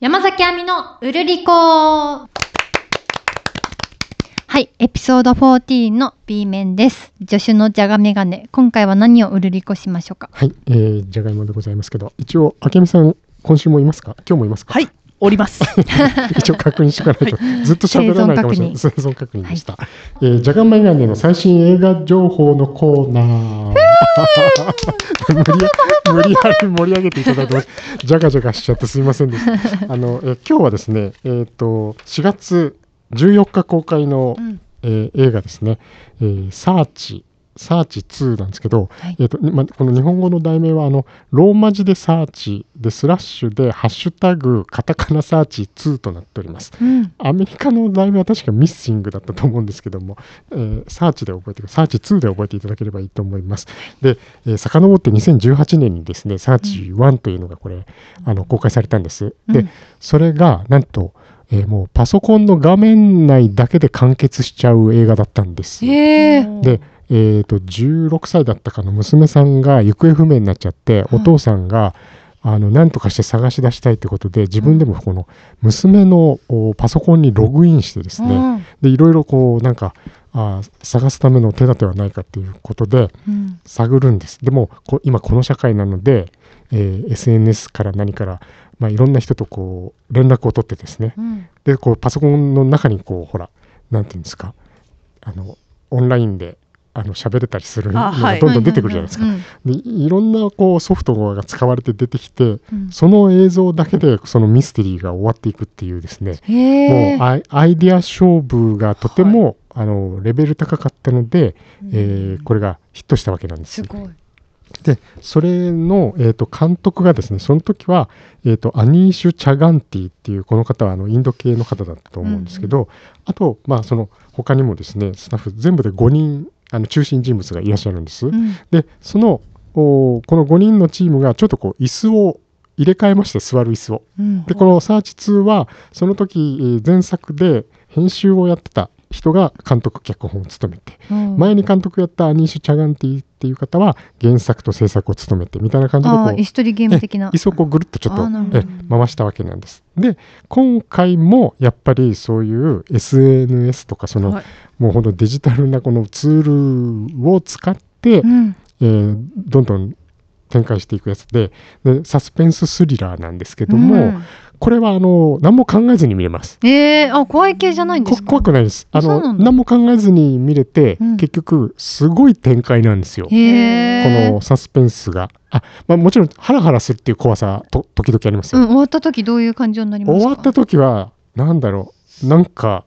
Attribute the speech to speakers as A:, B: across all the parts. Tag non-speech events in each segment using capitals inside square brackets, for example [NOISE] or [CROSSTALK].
A: 山崎亜美のうるりこはい、エピソード14の B 面です。助手のじゃがメガネ、今回は何をうるりこしましょうか。
B: はい、えー、じゃがいもでございますけど、一応、あけみさん、今週もいますか今日もいますか
C: はい、おります。
B: [LAUGHS] 一応確認しとかないと、ずっと喋らないかもしれない。生存確認でした。えー、じゃがメガネの最新映画情報のコーナー。無理や無理やり盛り上げていただいてます。じゃがじゃがしちゃってすいませんでした。あの、えー今日はですね、えっ、と、4月14日公開の、
A: うん
B: えー映画ですね、えーサーチ、サーチ2なんですけど、
A: はい
B: えーとま、この日本語の題名はあの、ローマ字でサーチで、スラッシュで、ハッシュタグ、カタカナサーチ2となっております。
A: うん、
B: アメリカの題名は確かミッシングだったと思うんですけども、えーサーチで覚えてくサーチ2で覚えていただければいいと思います。で、えー遡って2018年にですね、サーチ1というのがこれ、あの公開されたんです。
A: うん
B: で、それがなんと、えーもうパソコンの画面内だけで完結しちゃう映画だったんです。
A: えー、
B: で、えー、と16歳だったかの娘さんが行方不明になっちゃって、
A: う
B: お
A: ん
B: 父さんがあの何とかして探し出したいということで自分でもこの娘のおパソコンにログインしてですね、
A: うん
B: でいろいろこうなんかあー探すための手立てはないかということで
A: うん
B: 探るんですでもこ今この社会なので、えー SNS から何から、まあ、いろんな人とこう連絡を取ってですね
A: うん
B: でこうパソコンの中にこうほらなんていうんですかあのオンラインであの喋れたりするのが
C: あはい
B: どんどん出てくるじゃないですか。でいろんなこうソフトが使われて出てきて
A: うん
B: その映像だけでそのミステリーが終わっていくっていうですね
A: へ
B: も
A: ー
B: うアイアイデア勝負がとても、あのレベル高かったので、えーこれがヒットしたわけなんです
A: すごい。
B: でそれの、えー、と監督がですねその時は、えー、とアニーシュ・チャガンティっていうこの方はあのインド系の方だったと思うんですけど、あと、まあ、その他にもですねスタッフ全部で5人あの中心人物がいらっしゃるんです。
A: うん
B: でそのおこの5人のチームがちょっとこう椅子を入れ替えまして座る椅子を。
A: うん
B: でこの「サーチ2」はその時えー前作で編集をやってた人が監督脚本を務めて
A: うん
B: 前に監督やったアニーシュ・チャガンティっていう方は原作と制作を務めてみたいな感じでこ
A: ああ、
B: う
A: 椅子取りゲーム的な。
B: 椅子をこうぐるっとちょっ
A: あ
B: と
A: ーなるほど
B: え回したわけなんです。で今回もやっぱりそういう SNS とかその、
C: はい
B: もうほんとデジタルなこのツールを使って、
A: うん
B: えーどんどん展開していくやつででサスペンススリラーなんですけども、
A: うん
B: これはあの何も考えずに見れます。
A: えー、あ、怖い系じゃないんで
B: こ
A: すか
B: 怖くないです。あ
A: そうな
B: の
A: んだ
B: 何も考えずに見れて、
A: うん
B: 結局すごい展開なんですよ。こ
A: へー
B: のサスペンスが。あまあ、もちろんハラハラするっていう怖さと時々あります
A: う
B: よ。
A: ん、終わった時どういう感情になりますか
B: 終わった時はなんだろうなんか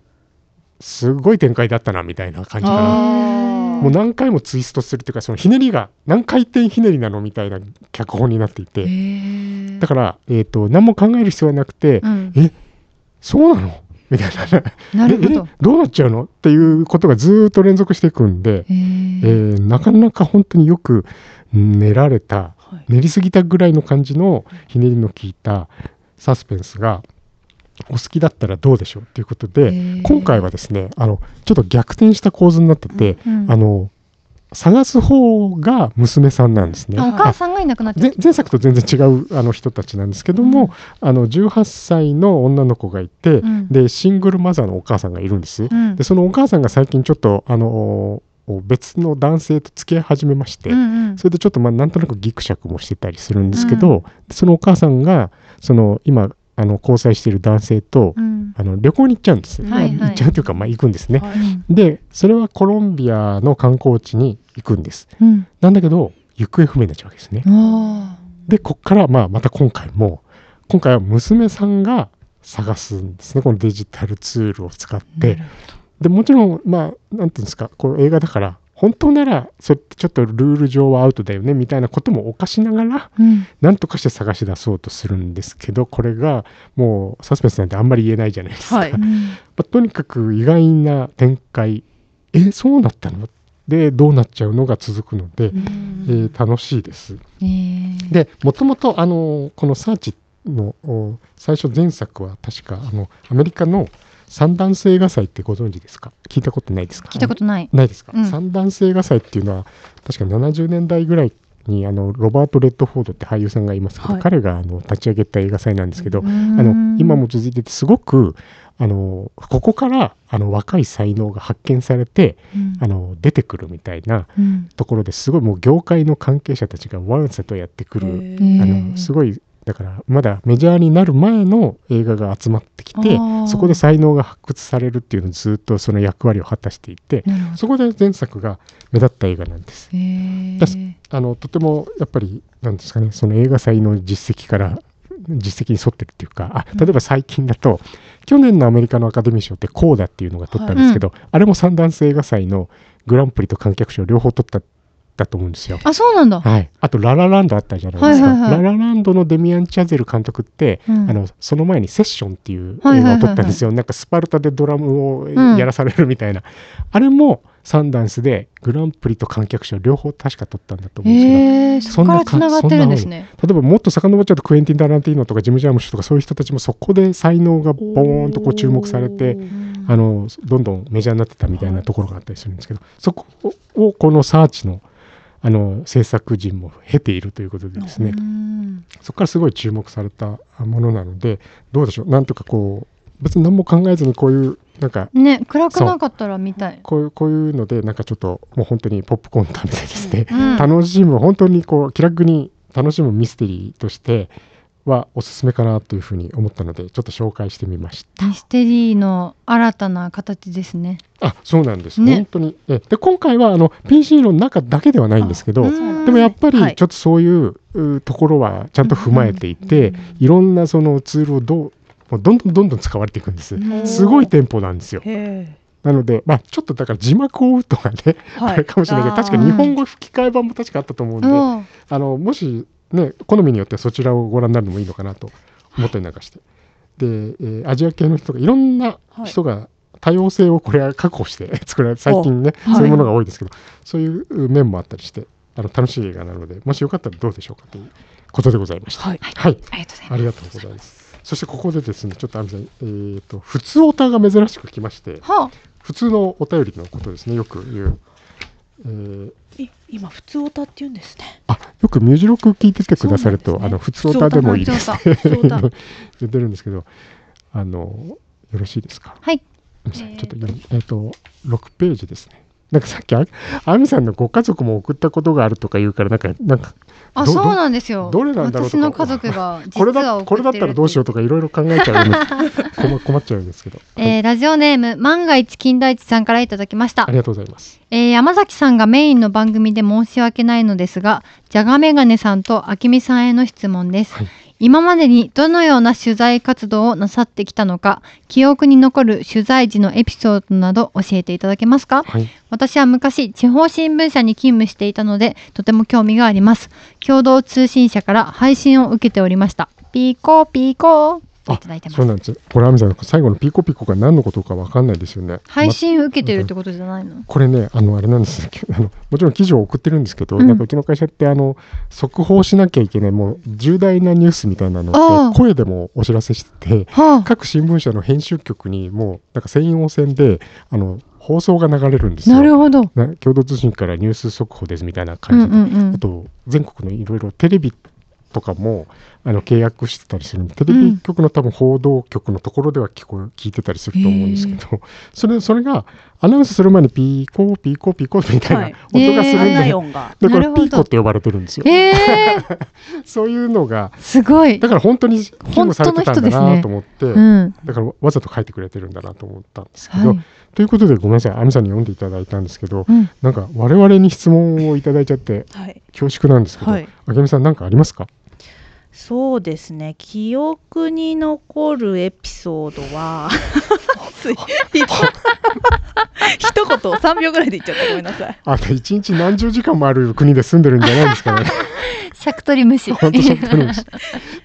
B: すごい展開だったなみたいな感じか
A: あ
B: な。
A: ー
B: もう何回もツイストするっていうかそのひねりが何回転ひねりなのみたいな脚本になってい
A: へ
B: て
A: ー
B: だから、えー、と何も考える必要はなくて、
A: うん
B: えそうなのみたいな
A: なるほ
B: え
A: ど
B: [LAUGHS] え。どうなっちゃうのっていうことがずーっと連続していくんで、
A: へー
B: えーなかなか本当によく練られた
C: はい
B: 練りすぎたぐらいの感じのひねりの効いたサスペンスがお好きだったらどうでしょうということで
A: へー
B: 今回はですねあのちょっと逆転した構図になってて
A: うん
B: あの探す方が娘さんなんですね。
A: あお母
B: あ
A: さんがいなくなっちゃっ
B: 前前作と全然違うあの人たちなんですけども、あの18歳の女の子がいて、
A: うん
B: でシングルマザーのお母さんがいるんです。
A: た。うん
B: でそのお母さんが最近ちょっとあの別の男性と付き合い始めまして、
A: うんうん
B: それでちょっとまあなんとなくギクシャクもしてたりするんですけど、そのお母さんがその今あの交際している男性と、
A: うん
B: あの旅行に行っちゃうんです、
A: はいはい
B: まあ行っちゃうというか、まあ、行くんですね、
C: はい
B: でそれはコロンビアの観光地に行くんです
A: うん
B: なんだけど行方不明になっちゃうわけですね、
A: あ
B: でこっからまあまた今回も今回は娘さんが探すんですねこのデジタルツールを使っ
A: ー
B: て、でもちろんまあなんていうんですかこう映画だから本当ならそれってちょっとルール上はアウトだよねみたいなことも犯しながら
A: うん
B: なんとかして探し出そうとするんですけどこれがもうサスペンスなんてあんまり言えないじゃないですか、
C: はい
A: うん
B: まあとにかく意外な展開えそうなったのでどうなっちゃうのが続くので、えー楽しいです。
A: えー
B: でもともとあのこの「サーチの」お最初前作は確かあのアメリカの三段性映画祭ってご存知ですか聞いたことないですか
A: 聞いたことない。
B: ないですか、
A: うん
B: 三段性映画祭っていうのは確か70年代ぐらいにあのロバート・レッドフォードって俳優さんがいますけど、
C: はい
B: 彼があの立ち上げた映画祭なんですけど、あ
A: あ
B: の今も続いててすごくあのここからあの若い才能が発見されてあの出てくるみたいな
A: うん
B: ところですごいもう業界の関係者たちがワンセとやってくる、
A: へ
B: あ
A: ー
B: のすごいだからまだメジャーになる前の映画が集まってきて
A: あー
B: そこで才能が発掘されるっていうのをずっとその役割を果たしていて
A: なるほど
B: そこで前作が目立った映画なんです。
A: へー
B: だあのとてもやっぱりなんですかねその映画祭の実績から実績に沿ってるっていうかあ例えば最近だと、去年のアメリカのアカデミー賞ってコーダっていうのが取ったんですけど、あれもサンダンス映画祭のグランプリと観客賞両方取っただと思うんですよ。
A: あそうなんだ、
B: はい、あと「ララランド」あったじゃないですか、
A: はいはいはい
B: ララランドのデミアン・チャゼル監督って、
A: うん
B: あのその前に「セッション」っていう映
A: はいはいはい
B: 画
A: は
B: を
A: い
B: 撮ったんですよ、なんかスパルタでドラムを
A: ん
B: やらされるみたいな、あれもサンダンスでグランプリと観客賞両方確か撮ったんだと思うんですけど、
A: えー、そこからつながってるんですね。
B: 例えばもっと遡っちゃうとクエンティン・タランティーノとかジム・ジャームシュとかそういう人たちもそこで才能がボーンとこう注目されてあのどんどんメジャーになってたみたいなところがあったりするんですけど、そこをこのサーチのあの制作陣も経ているということでですね、
A: うん
B: そこからすごい注目されたものなのでどうでしょうなんとかこう別に何も考えずにこういうなんか
A: ね暗くなかったら見たい。
B: こういうこういうのでなんかちょっともう本当にポップコーン食べてですね、
A: うん
B: 楽しむ本当にこう気楽に楽しむミステリーとしてはおすすめかなというふうに思ったのでちょっと紹介してみました。
A: ミステリーの新たな形ですね。
B: あそうなんです、
A: ね
B: 本当にえで今回はあの PC の中だけではないんですけど
A: う
B: で
A: ん
B: もやっぱ
C: はい
B: りちょっとそういううところはちゃんと踏まえていて、いろんなそのツールをどうもうどんどんどんどん使われていくんです。
C: うん
B: すごいテンポなんですよ。
C: へ
B: なので、まあ、ちょっとだから字幕を追うとかね、
C: ー
B: [LAUGHS]
C: は
B: あれかもしれないけど、確かに日本語吹き替え版も確かあったと思うんで、
A: おう
B: あのもし、ね、好みによってはそちらをご覧になるのもいいのかなと思ったりなんかして、で、えーアジア系の人がいろんな人が多様性をこれは確保して [LAUGHS] 作られ最近ね、
C: はい
B: そういうものが多いですけどそういう面もあったりしてあの楽しい映画なのでもしよかったらどうでしょうかということでございました。
C: はい
B: はい
A: ありがとうございます。
B: ありがとうございます。そしてここでですね、ちょっとあみさん、えっ、と、普通オタが珍しく来まして、
A: は
B: 普通のお便りのことですね、よく言う。えー
C: い今普通オタって言うんですね
B: あよくミュージロック聞いてきてくださると、
C: そうな
B: あ
C: んですね
B: の普通オタでもいいですね
A: 普
C: 通オ
B: [LAUGHS]
C: タ普通オ
B: 言ってるんですけどあのよろしいですか
A: はい。
B: あみさんちょっと
A: え
B: 読みえっ、と6ページですねなんかさっきああみさんのご家族も送ったことがあるとか言うからなんかなんか
A: あ
B: ど
A: そうなんですよ。
B: どれなんだろうと
A: 私の家族が実
B: これ
A: は
B: だこ
A: 送
B: れだ
A: っ
B: ってた
A: る
B: らどうしようとかいろいろ考えちゃうよね困困っちゃうんです
C: [LAUGHS]
B: けど、はい
A: えーラジオネーム万が一金田一さんからいただきました
B: ありがとうございます
A: えー山崎さんがメインの番組で申し訳ないのですがじゃがメガネさんとあきみさんへの質問です、
B: はい
A: 今までにどのような取材活動をなさってきたのか記憶に残る取材時のエピソードなど教えていただけますか
B: はい
A: 私は昔地方新聞社に勤務していたのでとても興味があります共同通信社から配信を受けておりましたピーコーピーコーといただいて
B: そ
A: ま
B: う
A: す
B: なんですこれあみさん最後のピコピコが何のことかわかんないですよね
A: 配信受けてるってことじゃないの、
B: これね、あの、あれなんです [LAUGHS] よあのもちろん記事を送ってるんですけど、
A: うん
B: なんかうちの会社って、あの、速報しなきゃいけない、もう重大なニュースみたいな
A: あ
B: の
A: あ
B: って、声でもお知らせしてて、
A: はあ
B: 各新聞社の編集局に、もう、なんか専用線で、あの、放送が流れるんですよ。
A: なるほど
B: な共同通信からニュース速報ですみたいな
A: うん
B: 感
A: う
B: じで、
A: んうん
B: あと、全国のいろいろテレビとかも、あの、契約してたりするんで、テレビ局の多分報道局のところでは聞こえ聞いてたりすると思うんですけど、それ、それが、アナウンスする前にピーコーピーコーピーコーみたいな
C: はい
B: 音がするんで、
C: 案内音が
B: で、こ
A: な
B: れ
A: るほ
B: ピ
A: ど
B: ーコって呼ばれてるんですよ。
A: えー、
B: そういうのが、
A: すごい
B: だ。から本当に勤務されてたんだなと思って、
A: うん。
B: だからわざと書いてくれてるんだなと思ったんですけ
A: は
B: ど、
A: い。
B: ということでごめんなさい、アミさんに読んでいただいたんですけど、
A: うん。
B: なんか我々に質問をいただいちゃって
C: はい
B: 恐縮なんですけど、
C: はい
B: あけみさんなんかありますか
C: そうですね記憶に残るエピソード [LAUGHS] はすい一言3秒ぐらいで言っちゃったごめんなさい
B: あんた一日何十時間もある国で住んでるんじゃないですかね。
A: シャクトリ無視。
B: 本当喋るんです。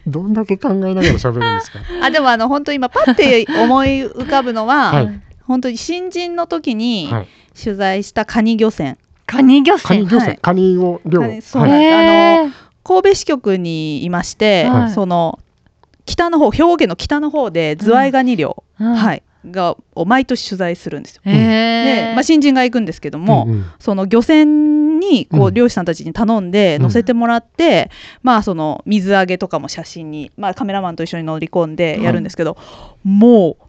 B: どんだけ考えながら喋るんですか。
C: あでもあの本当今パッて思い浮かぶのは、
B: はい
C: 本当に新人の時に
B: はい。
C: 取材したカニ漁船、
A: カニ漁
B: カニ
A: 船。
B: 漁船、
C: はい
B: カニを漁。
C: カニそう
B: はい。
A: へー
C: 神戸支局にいまして、
A: はい
C: その北の方兵庫県の北の方でズワイガニ漁、
A: うん
C: はいがを毎年取材するんですよ。
A: へえ
C: で、まあ、新人が行くんですけども、
B: うんうん
C: その漁船にこ
B: う
C: うん漁師さんたちに頼んで
B: うん
C: 乗せてもらって、まあその水揚げとかも写真に、まあ、カメラマンと一緒に乗り込んでやるんですけど、もう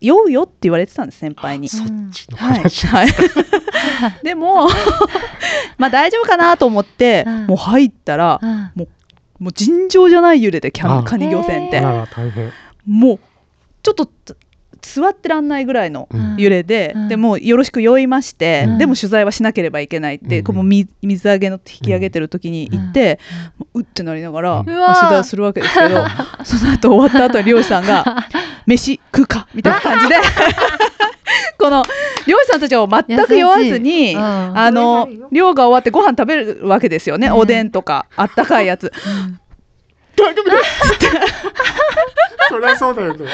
C: 酔うよって言われてたんです先輩に。
B: [LAUGHS] そっちの
C: はい、
B: 話。
C: はい、でも [LAUGHS] まあ大丈夫かなと思って、
A: うん
C: もう入ったら
A: うん
C: もう尋常じゃない揺れでキャ
B: あ
C: ンカニ漁船っ
A: へ
C: て
A: ー
B: あら大変。
C: もうちょっとつ座ってらんないぐらいの
B: うん
C: 揺れで、
A: うん
C: でもうよろしく酔いまして、
A: うん
C: でも取材はしなければいけないって、
B: うん
C: こうもうみ水揚げの引き上げてる時に行って、もううってなりながら、
B: うん
C: まあ取材をするわけですけ
B: [LAUGHS]
C: どその後終わった後に漁師さんが「飯食うか」みたいな感じでこの漁師さんたちを全く酔わずに。
A: あ
C: あの漁が終わってご飯食べるわけですよね、
A: うん
C: おでんとかあったかいやつ
B: 大丈夫だ。 [LAUGHS] そりゃそうだよね。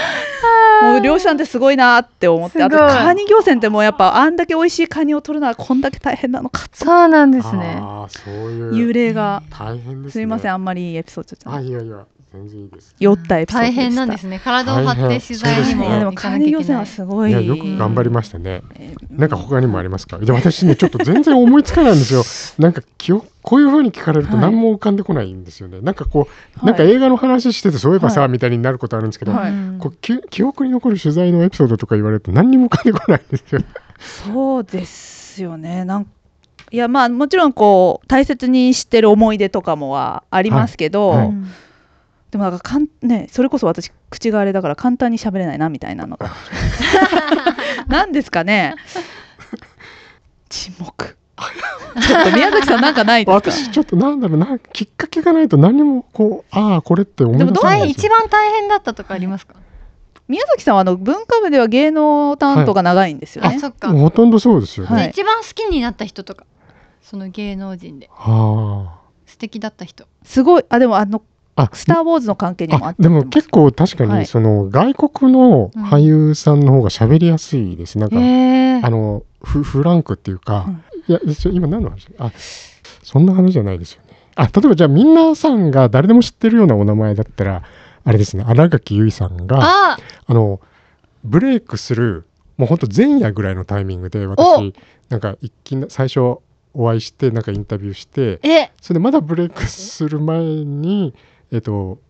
C: もう漁師さんってすごいなって思って
A: すごい
C: あとカニ漁船ってもうやっぱあんだけ美味しいカニを取るのはこんだけ大変なのかと
A: そうなんですね。
B: ああそうい
C: 幽
B: う
C: 霊が
B: 大変ですね。
C: すいません、
B: あ
C: あんまりいいエピソードじゃない。
B: いやいや全然いいです。
C: 酔ったエピソード
A: 大
C: でした。
A: 変なんですね。体を張って取材に
B: ね
A: も
C: いやでも
A: 行か
C: 管
A: なきゃ
C: 理
A: い
C: 予
A: け
C: 選
A: ない
C: は。すごい。
B: いやよく頑張りましたね。
C: えー
B: なんか他にもありますか。で私ねちょっと全然思いつかないんですよ。なんか記憶こういう風に聞かれると
C: はい
B: 何も浮かんでこないんですよね。なんかこう
C: はい
B: なんか映画の話しててそういえばさ、
C: は
B: みたいになることあるんですけど。
C: はい
A: うん
B: こうき記憶に残る取材のエピソードとか言われると何にも浮かんでこないんです
C: [LAUGHS]
B: よ。
C: そうですよね。なんいやまあもちろんこう大切にしてる思い出とかもはありますけど、
B: はいはい
A: うん
C: でもなんかかんねそれこそ私口があれだから簡単に喋れないなみたいなの
B: [LAUGHS]
C: が。なんですかね。沈黙。ちょっと宮崎さんなんかないですか。
B: 私ちょっとなんだろうなきっかけがないと何にもこうああこれって思い出
A: でも
B: せ
A: 大
B: な
A: 変
B: いんです
A: 一
B: よ。
A: 番大変だったとかありますか。
C: 宮崎さんはあの文化部では芸能担当が長いんですよね。
A: あ、そっか。
B: もうほとんどそうですよね。
C: はい
A: で一番好きになった人とか、その芸能人で
B: あ
A: 素敵だった人。
C: すごいあでもあの
B: あ。あ
C: スター・ウォーズの関係にも
B: あ
C: あって
B: でも結構確か
C: はい
B: にその外国の俳優さんの方が喋りやすいです、なんか、
A: へえ
B: あ。のフフランクっていうか、
C: うん
B: いやちょ今何の話あそんな話じゃないですよねあ例えばじゃあみんなさんが誰でも知ってるようなお名前だったらあれですね新垣結衣さんがあ
A: あ、
B: のブレイクするもうほんと前夜ぐらいのタイミングで
A: お
B: 私なんか一気に最初お会いしてなんかインタビューして
A: え、
B: それでまだブレイクする前に、えっと、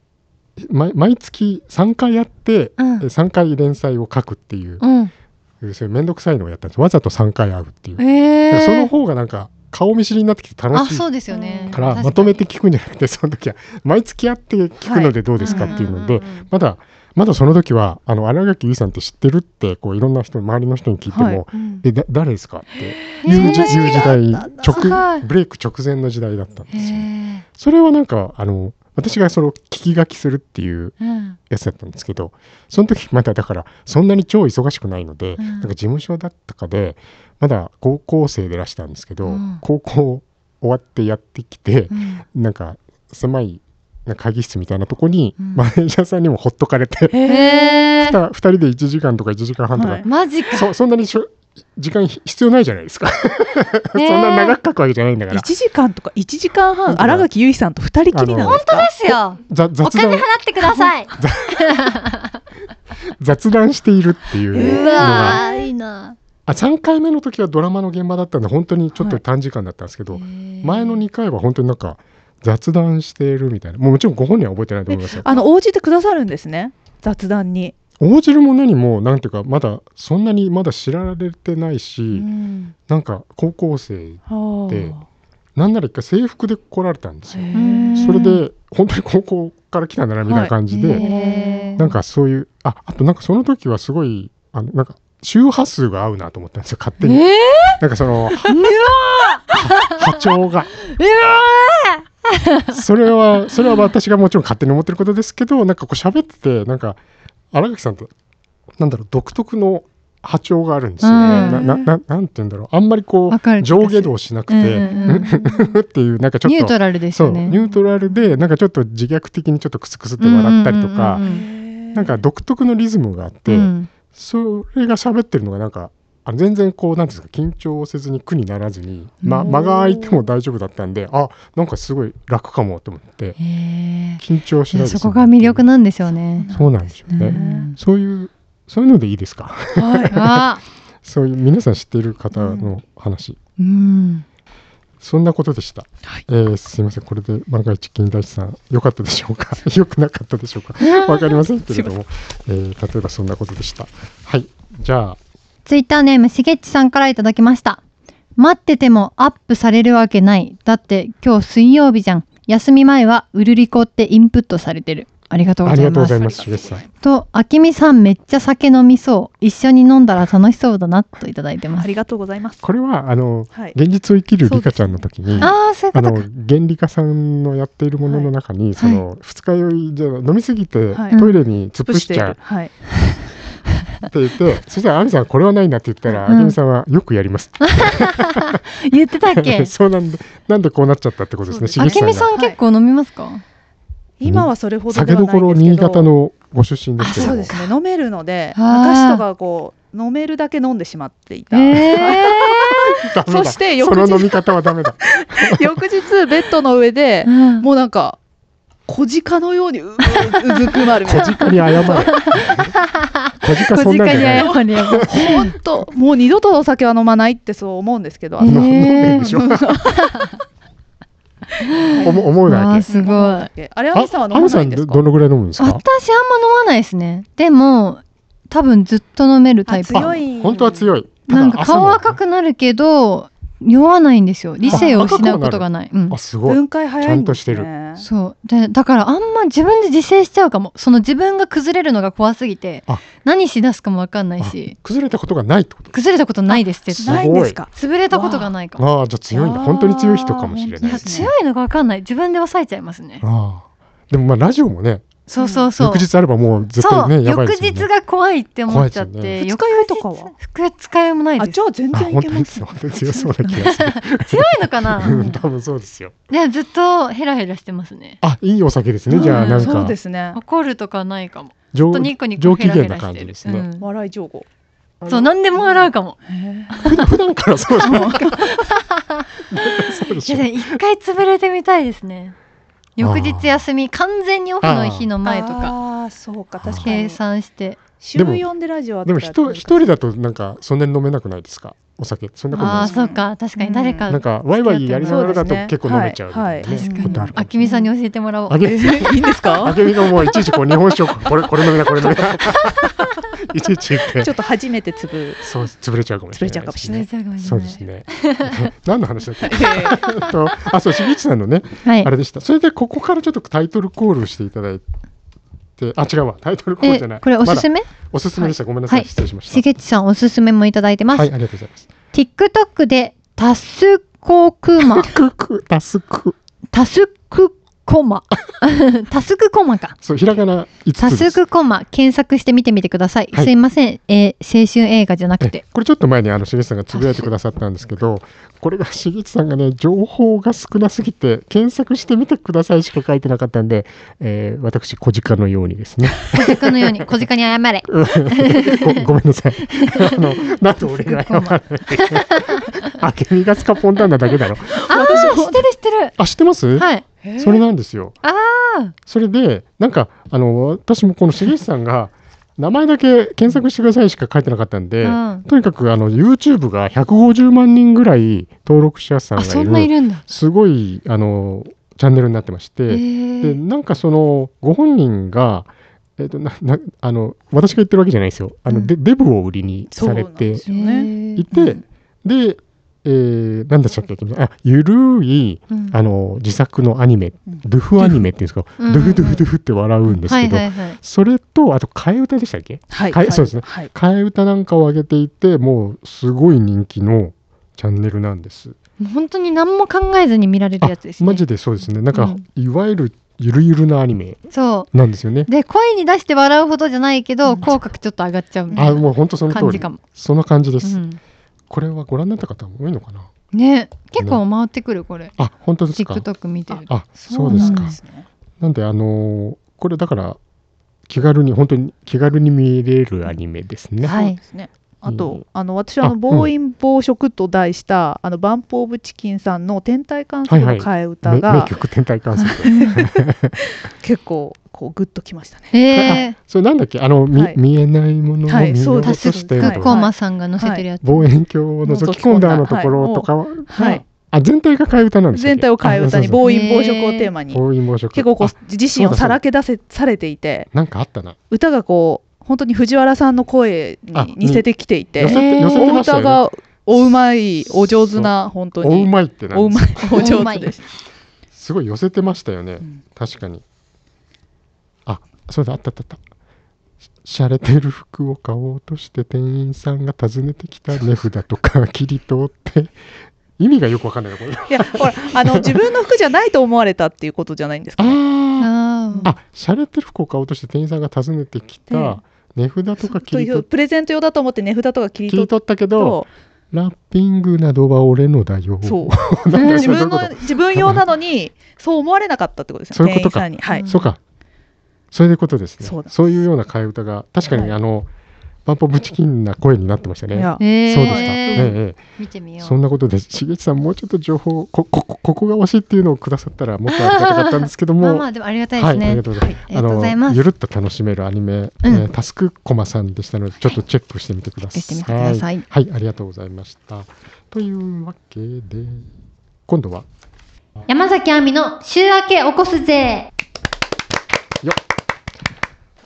B: 毎毎月3回やって、
A: うん
B: え3回連載を書くっていう、
A: うん。
B: そういう面倒くさいのをやったんですわざと3回会うっていう、
A: え
B: その
A: え。
B: 方がなんか顔見知りになってきて
A: あ、
B: 楽しい
A: そ
B: か
A: うですよね。
B: らまとめて聞くんじゃなくてその時は毎月会って聞くのでどうですかっていうので、
A: んんんん
B: まだまだその時はあの新垣結衣さんって知ってるってこういろんな人周りの人に聞いても、
C: はい
A: うん
B: えだ誰ですかって
A: へ
B: いう
A: ー
B: 時いう時代
A: すごい
B: 直ブレイク直前の時代だったんですよね。
A: へ
B: それはなんかあの私がその聞き書きするっていう
A: え。うん。
B: やつだったんですけどその時まだだからそんなに超忙しくないので、
A: うん
B: なんか事務所だったかでまだ高校生でいらしたんですけど、
A: うん
B: 高校終わってやってきて
A: う、ん
B: なんか狭いなんか会議室みたいなとこに、
A: うん
B: マネージャーさんにもほっとかれ
A: [LAUGHS]
B: て、
C: へー
A: へえ。
B: 2人で1時間とか1時間半とか、
C: はい
A: マジか。
B: そそんなにしょ時間ひ必要ないじゃないですか [LAUGHS] そんな長く書くわけじゃないんだから
C: 1時間とか1時間
B: なん
C: 半
B: か
C: 新垣結衣さんと2人きりなん
A: 本
C: です
A: 当
C: か
A: ですよ。
B: ざ
A: お
B: 雑
A: 金
B: 談
A: 払ってください。
B: 雑談しているっていう
C: えー
A: う
B: のが
A: わーいいな。
B: あ3回目の時はドラマの現場だったんで本当にちょっと短時間だったんですけど、前
A: 前
B: の2回は本当になんか雑談しているみたいなもうもちろんご本人は覚えてないと思いますよ
C: あの応じてくださるんですね雑談に
B: 応じるも何もなんていうかまだそんなにまだ知られてないし、
A: うん
B: なんか高校生
C: はあ
B: でなんなら一回制服で来られたんですよ、
C: へ
A: うん
C: ー
B: それで本当に高校から来たんだなみたいな感じで、
A: はいへー
B: なんかそういうああとなんかその時はすごいあのなんか周波数が合うなと思ったんですよ勝手に、
A: え
B: なんかその波長が
A: え
B: それはそれは私がもちろん勝手に思ってることですけどなんかこう喋っててなんか荒垣さんってなんだろう独特の波長があるんですよね、
A: うん
B: ななななんて言うんだろうあんまりこ
A: わかる
B: う
A: 気がす
B: 上
A: る
B: 下動しなく
A: うん
B: て、
A: うん
B: [LAUGHS]
A: うん
B: ふっていうなんかちょっと
A: ニュートラルです
B: そう
A: よね。
B: ニュートラルでなんかちょっと自虐的にちょっとクスクスって笑ったりとか、
A: うんうん
B: なんか独特のリズムがあって、
A: うん
B: それが喋ってるのがなんかあ全然こうなんていうんですか緊張せずに苦にならずに、ま、
A: うん
B: 間が空いても大丈夫だったんであなんかすごい楽かもと思って
A: へー
B: 緊張し
A: い
B: ない
A: や
B: です
A: そこが魅力なんですよね。
B: そうなんですよね、
A: うん
B: そういうそういうのでいいですか [LAUGHS]
C: はい。
A: あ
B: そういう皆さん知っている方の話、
A: うん。
B: そんなことでした、
C: はい
B: えーすいませんこれで万が一金田一さん良かったでしょう [LAUGHS] か良くなかったでしょう [LAUGHS] かわかりませんけれども、えー例えばそんなことでしたはいじゃあ
A: ツイッターネームしげっちさんからいただきました。待っててもアップされるわけない。だって今日水曜日じゃん。休み前はうるりこってインプットされてる。ありがとう
B: あ
A: ご
B: り
A: ざい
B: がとう
A: ま
B: ご
A: す
B: ざ。いますしげさん
A: と、あきみさんめっちゃ酒飲みそう。一緒に飲んだら楽しそうだなといただいてま
C: あ
A: す。
C: りがとうございます。
B: これはあの
C: はい。
B: 現実を生きるリカちゃんの時に
A: ああ、そういう
B: あ
A: こと
B: の
A: か。
B: 原理家さんのやっているものの中に、その二日酔いじゃ飲みすぎて
C: はい
B: トイレに突っ伏しちゃう
C: はい。
B: って言って、そしたら亜美さんこれはないなって言ったら
A: うん
B: 亜美、さんはよくやります
A: 言ってたっ
B: [LAUGHS] って
A: け
B: そうなんでなんでこうなっちゃったってことですねし
C: そう
A: あ
B: げ
C: です
A: き
B: さんが
A: みさん結構飲みますか、
C: 今はそれほどで
B: 酒
C: はない
B: ど
C: んで
B: こ
C: すけど。
B: ろ新潟のご出身で
A: あ
B: すけど
C: そうですね。飲めるので、
A: あー
C: 昔とかこう飲めるだけ飲んでしまっていた。
A: え
B: ダメだ
C: そして翌日
B: その飲み方はダメだ
C: 翌日ベッドの上で
B: [LAUGHS]
A: え、ー。
C: もうなんか小鹿のようにうううずくまるみたい
B: 小
C: な。
B: 鹿に謝
C: [LAUGHS]
B: れ小鹿そんなんじゃない
A: やばいやばい。
C: 本当もう二度とお酒は飲まないってそう思うんですけど、
A: え
C: あの
A: ー
B: 飲んでるでしょ思思う
A: わ
B: だ
A: あ
B: け
A: すごい。私あん
C: あれア
B: あ
C: ミさんは
B: 亜
C: 飲ま
B: 美
C: な
B: さん
C: いんで
B: ど
C: すか
B: どのぐらい飲むんです
A: ま
B: か
A: 飲まないですね。でも、多分ずっと飲めるタイプ。
C: あ強い
B: 本当は強
C: い
B: い
A: なんか顔赤くなるけど、酔わないんですよ。理性を失うことがない。うん
B: あ。すごい
C: 分解早いんですね
B: ちゃ
A: そう。で、だからあんま自分で自制しちゃうかも。その自分が崩れるのが怖すぎて
B: あ、
A: 何しだすかもわかんない
B: あ
A: し、
B: 崩れたことがないってこと
A: 崩れたことないです、絶
B: すごい
A: 対。
C: ないんですか
A: 潰れたことがないかも。
B: ああじゃあ強いんだ本当に強い人かもしれない
C: あー
B: で
C: 本
B: す
C: 当ですね
A: 強いのがわかんない。自分で抑えちゃいますね。
B: ああでもまあラジオもね
A: そうそうそう。
B: 翌日あればもう絶
A: そ
B: 対
A: う、
B: ねやばい
A: 翌
B: ですよ
A: 日
B: ね
A: が怖いって思っちゃっ
B: 怖いで
A: て、
C: 二日酔いとかは
A: 服使いもない
C: あ
A: です。
C: じゃあ全
B: あ
C: 然い
B: 本
C: け
B: 当で
C: ますす
B: よ本当に強そうな気
A: [LAUGHS]
B: がする
A: 強いのかな
B: [LAUGHS] うん多分そうですよ
A: ねずっとヘラヘラしてますね。
B: あいいお酒ですねじゃあ
A: うん
B: なん
C: そう
B: か
C: ですね
A: 怒るとかないかも。
B: 上
A: ほんとニコニコ
B: 上
A: ヘ
B: 機
A: ラヘ
B: 嫌
A: ラ
B: な
A: し
B: 感
A: て
B: じ
A: る
B: で。すね
A: うん
C: 笑い上手
A: そう、何でも笑うかも。
B: 普段から [LAUGHS] そうじゃないそうで
A: い
B: し
A: や、
B: ょ
A: でも一回潰れてみたいですね。翌日休み、完全にオフの日の前とか、
C: ああそうか確か
A: 計
C: に
A: 算して。
C: 週4でラジオあった
B: で
C: ら
B: も一一人だとなんかそんなに飲めなくないですかお酒そんなこと
A: あ
B: ない
A: あ
B: です
A: ー、そうか、確かに誰か。
B: なんかワイワイやりながらだと結構飲めちゃうみたいな
C: そう
B: ね
C: です
A: 確
C: ね
A: か
B: ことあ
A: に
B: る。か
A: あ
B: も
A: きみさんに教えてもらおう
B: あ。げ
C: えーいいんです
B: あ
C: か
B: けみがもういちいちこう日本酒をこれこれ飲みなこれ飲みないちいち言っ
C: [LAUGHS] ちょ
B: て
C: っと初めてつぶ
B: そう潰れちゃうかもしれない
C: 潰れちゃうかもし
A: 潰れちゃうかもしれない
B: そうですね何の話だったっけ
C: は
B: とあそうしげちさんのね
A: はい
B: あ。れでしたそれでここからちょっとタイトルコールをしていただいてあ違うわタイトルコールじゃない
A: え、これおすす
B: まだ
A: め
B: おすすめでしたごめんなさい
A: はい
B: 失礼しま
A: し
B: し
A: げちさんおすすめもいただいて
B: た
A: ま
B: は
A: す
B: い。ありがとうございます
A: TikTok でタスコクマ、
B: ククタスク
A: タスクコマ、 [LAUGHS] タスクコマか。
B: そうひらがな5
A: タ
B: つで
A: ス
B: す
A: クコマ検索してみてみてください。
B: はい
A: すいません、えー青春映画じゃなく
B: え
A: て。
B: これちょっと前にあのしげちさんがつぶやいてくださったんですけどこれがしげちさんがね情報が少なすぎて検索してみてくださいしか書いてなかったんで、えー私小鹿のようにですね
A: 小鹿のよう
B: [LAUGHS]
A: に、小鹿に謝れ。
B: ごごめんなさいあのなんで俺が謝らないあけみがスカポンタンなだけだろ
A: ああ、知ってる知ってる。
B: あ知ってます、
A: はい。
C: い
B: [LAUGHS] それなんですよ
A: ああ、
B: それでなんかあの私もこの重石さんが名前だけ検索してくださいしか書いてなかったんで、
A: うん
B: とにかくあの YouTube が150万人ぐらい登録者さん
A: あ、
B: がい
A: そ
B: る
A: んないるんだ。
B: すごいあのチャンネルになってまし
A: え
B: て、で
A: ー、
B: なんかそのご本人が、えっとななあの私が言ってるわけじゃないですよあの、
A: うん
B: でデブを売りに
C: そう
B: さ
C: な
B: れ
C: んで
B: て
C: すよね
B: いて、
A: うん
B: で、えー、なんでしたっけあゆるい
A: うん
B: あの自作のアニメ
C: うん
B: ドゥフアニメっていうんですか、
A: うん
B: ドゥフドゥフドゥフって笑うんです
A: は
B: け
A: い
B: ど、
A: はいはい。
B: それとあと替え歌でしたっけ
C: はい
B: はいそうですね
C: はい
B: 替え歌なんかを上げていてもうすごい人気のチャンネルなんです。
A: もう本当に何も考えずに見られるやつですね。
B: マジでそうですねなんか、
A: うん
B: いわゆるゆるゆるなアニメ
A: そ
B: なんですよね
A: う。。で、声に出して笑うほどじゃないけど、
C: うん
A: 口角ちょっと上がっちゃうみたい
B: あ
A: な
B: もう本当その
A: 感
B: 通
A: じ
B: り
A: かも。
B: そんな感じです、
A: うん
B: これはご覧になった方も多いのかな
A: ね結構回ってくるこれ
B: あ本当ですか
A: TikTok 見てる [LAUGHS] と
B: あそうですか
A: そうなんで
C: ね
B: なんであのーこれだから気軽に本当に気軽に見れるアニメですね、
A: はい
C: そうですねあと、
B: うん
C: あの私はあ
B: あ
C: の暴飲暴食と題した、あのバンプ・オブ・チキンさんの天体観測の替え歌
B: 名
C: が、
B: 名曲天体観測。
C: 結構こうグッときましたね。
A: え
B: それなんだっけあの、み
C: はい
B: 見えないものを
C: はい
B: 見ようと
A: そう
B: して
A: ー、
B: る
C: です
A: か
B: と
A: っこまさんが載せてるやつ。
B: 望遠鏡を覗き込んだあのところとかは、
C: はい、
B: あ全体が替え歌なんです
C: 全体を替え歌に
B: 防
C: 暴飲暴食をテーマに、
B: 音防食
C: 結構こ
B: あ
C: う自身をさらけ出せされていて
B: なんかあったな
C: 歌がこう本当に藤原さんの声
B: あ
C: に似せてきていて、
B: 寄せて
A: えー
B: 寄せて
C: お
B: ました
C: 歌
B: よね
C: がおうまいお上手な本当
B: おう
C: に
B: まいってなん
C: おう
B: です
C: まいお上手です。
B: すごい寄せてましたよね
C: うん
B: 確かにあそうだあったあったあったしゃれてる服を買おうとして店員さんが訪ねてきた値札とか切り取って意味がよくわかんないなこれ
C: いやほらあの自分の服じゃないと思われたっていうことじゃないんですか、ね。
B: あ
A: あー
B: あしゃれてる服を買おうとして店員さんが訪ねてきた値札とか切
C: と
B: り
C: い
B: 取
C: う
B: って
C: プレゼント用だと思って値札とか切り
B: 切
C: 取っ
B: り
C: て
B: 取ったけどラッピングなどは俺のだよ
C: そう
B: [LAUGHS] なんだよ
C: 自
B: それどういう
C: 分
B: こと
C: の自分用なのにそう思われなかったってことですよね。
B: そういうことか
C: 店員さんにはい。
B: そうか。そういうことですね。
C: そ
B: そうう
C: だ
B: いうような替え歌が、確かに、
C: はい
B: あの、バンポブチキンな声になってましたね。
C: いや
A: えー
B: そうでした。
A: え
B: ええ
A: 見てみよ
B: そん
A: う。
B: なことです。しげちさん、もうちょっと情報、こ、こ、こここが惜しいっていうのをくださったら、もっとありがたかったんですけども。
A: まあまあでもありがたいで
B: は
A: す
B: い、あり
A: ね
B: が。とうございます。
A: ありがとうございます
B: ゆるっと楽しめるアニメ、えータスクコマさんでしたので、ちょっとチェックしてみてくださ
A: 消
B: い。
A: してみてください。
B: はい、ありがとうございました。というわけで、今度は、
A: 山崎亜美の週明け起こすぜ。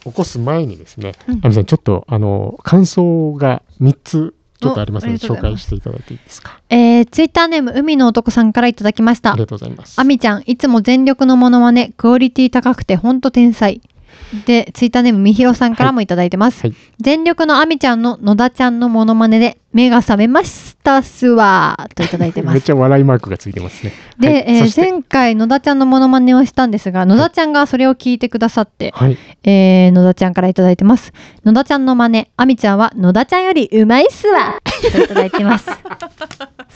B: 起こす前にですね、
A: うん
B: 亜美さん、ちょっとあの感想が3つちょっとありますので、
A: おありがと
B: 紹
A: うございま
B: 介
A: す
B: していただいていいですか。
A: えー、ツイッターネーム海の男さんからいただきました
B: あり。がとうございます。
A: あみちゃん、いつも全力のモノマネ、クオリティ高くてほんと天才。で、ツイッターネームみひろさんからもいただいてます。
B: はいはい
A: 全力のあみちゃんの野田ちゃんのモノマネで、目が覚めましたっすわーといただいて
B: [LAUGHS]
A: ま
B: めっ
A: す。
B: ちゃ笑いマークがついてますね。
A: で、
B: はい
A: えー
B: そして
A: 前回野田ちゃんのモノマネをしたんですが、野田ちゃんがそれを聞いてくださって、
B: はい、
A: えー、野田ちゃんからいただいてます。野田ちゃんの真似、あみちゃんは野田ちゃんよりうまいっすわといただい
B: [LAUGHS]
A: てます。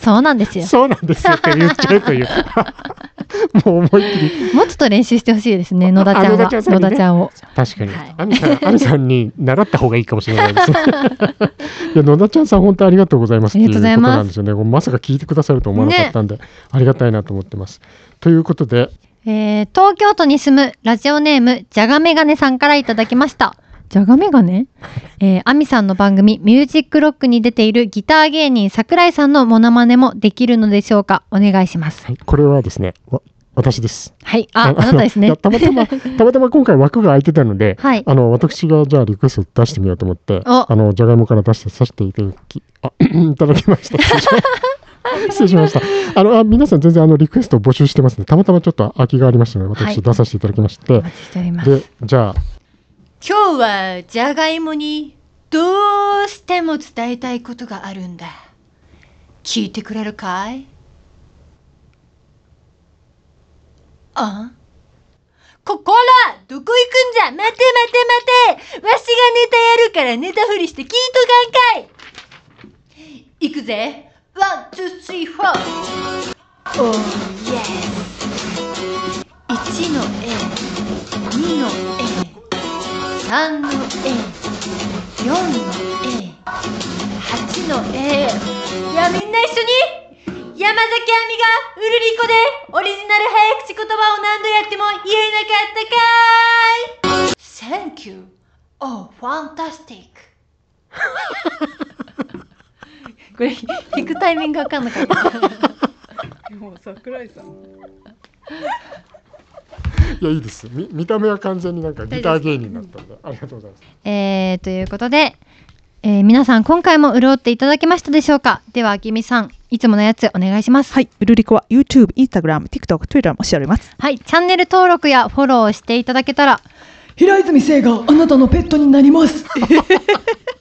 A: そうなんですよ。
B: そうなんですよって言っちゃうという。
A: [LAUGHS]
B: [LAUGHS] もう思いっきり、
A: もうちょっと練習してほしいですね、野田ちゃんは。
B: あ野田ちゃんさん
A: 野
B: にね
A: 田ちゃんを。
B: 確かに
A: はい。
B: あみさ
A: [LAUGHS]
B: ん、あみさんに習った方がいいかもしれないですね。いや、野田ちゃんさん、本当ありがとうございます。
A: ありがとうございます
B: ってうことなんですよね。まさか聞いてくださると思わなかったんで、ありがたいなと思ってます。ということで、
A: えー、東京都に住むラジオネームじゃがメガネさんからいただきました。じゃがメガネえー、アミさんの番組ミュージックロックに出ているギター芸人桜井さんのモノマネもできるのでしょうかお願いします。
B: はいこれはですね、わ私です。
A: はい。あ、あなたです
B: い
A: ね
B: や。たまた
A: [LAUGHS]
B: ま、たまたま今回枠が空いてたので、
A: はい。
B: あの私がじゃあリクエスト出してみようと思って、
A: お
B: あのじゃがいもから出してさせていただき、あ [LAUGHS] いただきました。
A: [LAUGHS]
B: 失礼しました。あのあ皆さん全然あのリクエストを募集してますね。たまたまちょっと空きがありましたので、
A: はい
B: 私出させていただきまして、
A: お待ちしております。
B: でじゃあ
D: 今日はじゃがいもにどうしても伝えたいことがあるんだ聞いてくれるかいあここらどこ行くんじゃ待て待て待てわしがネタやるからネタふりして聞いとかんかい行くぜワンツースリーフォーおーイエ1の A2 の A 3の A4 の A8 の A いやみんな一緒に山崎亜美がウルリコでオリジナル早口言葉を何度やっても言えなかったかい Thank you Oh [LAUGHS] fantastic
A: これ、弾くタイミングわかんなかった。
C: もう桜井さん。
B: いやいいです。み見た目は完全になんかギター芸人だったんで、ありがとうございます。
A: えー、ということで、えー皆さん今回も潤っていただけましたでしょうかでは、あきみさん、いつものやつお願いします。
C: はい、ウルリコは YouTube、Instagram、TikTok、Twitter もしております。
A: はい、チャンネル登録やフォローしていただけたら、
E: 平泉成があなたのペットになり
A: [LAUGHS]
E: ます。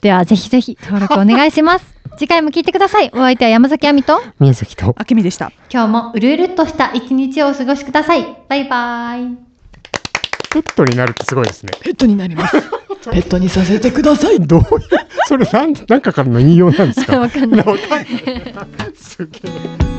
A: ではぜひぜひ登録お願いします。 [LAUGHS] 次回も聞いてください。お相手は山崎亜美と、
B: 宮崎と
C: あけみでした。
A: 今日もうるうるっとした一日をお過ごしください。バイバイ。
B: ペットになるってすごいですね。
E: ペットになります。ペットにさせてください。
B: どういう
A: [LAUGHS]
B: それなんなんかからの引用なんですか。
A: わかんない
B: わかんない。すげえ。